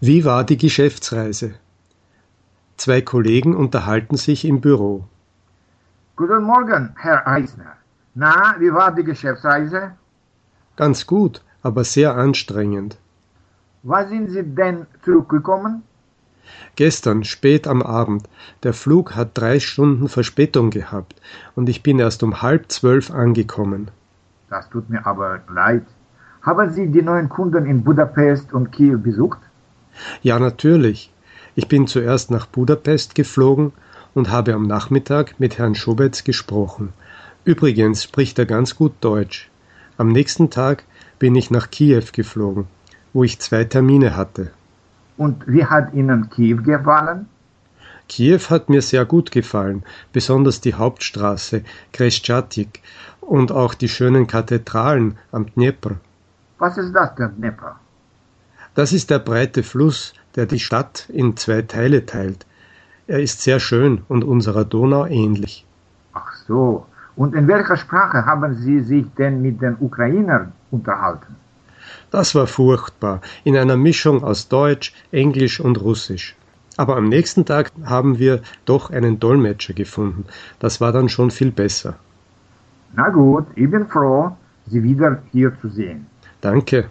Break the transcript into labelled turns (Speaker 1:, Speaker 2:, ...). Speaker 1: Wie war die Geschäftsreise? Zwei Kollegen unterhalten sich im Büro.
Speaker 2: Guten Morgen, Herr Eisner. Na, wie war die Geschäftsreise?
Speaker 1: Ganz gut, aber sehr anstrengend.
Speaker 2: Wann sind Sie denn zurückgekommen?
Speaker 1: Gestern spät am Abend. Der Flug hat drei Stunden Verspätung gehabt und ich bin erst um halb zwölf angekommen.
Speaker 2: Das tut mir aber leid. Haben Sie die neuen Kunden in Budapest und Kiew besucht?
Speaker 1: Ja, natürlich. Ich bin zuerst nach Budapest geflogen und habe am Nachmittag mit Herrn Schubetz gesprochen. Übrigens spricht er ganz gut Deutsch. Am nächsten Tag bin ich nach Kiew geflogen, wo ich zwei Termine hatte.
Speaker 2: Und wie hat Ihnen Kiew gefallen?
Speaker 1: Kiew hat mir sehr gut gefallen, besonders die Hauptstraße Kreschatik und auch die schönen Kathedralen am Dnepr.
Speaker 2: Was ist das, der Dnepr?
Speaker 1: Das ist der breite Fluss, der die Stadt in zwei Teile teilt. Er ist sehr schön und unserer Donau ähnlich.
Speaker 2: Ach so. Und in welcher Sprache haben Sie sich denn mit den Ukrainern unterhalten?
Speaker 1: Das war furchtbar, in einer Mischung aus Deutsch, Englisch und Russisch. Aber am nächsten Tag haben wir doch einen Dolmetscher gefunden. Das war dann schon viel besser.
Speaker 2: Na gut, ich bin froh, Sie wieder hier zu sehen.
Speaker 1: Danke.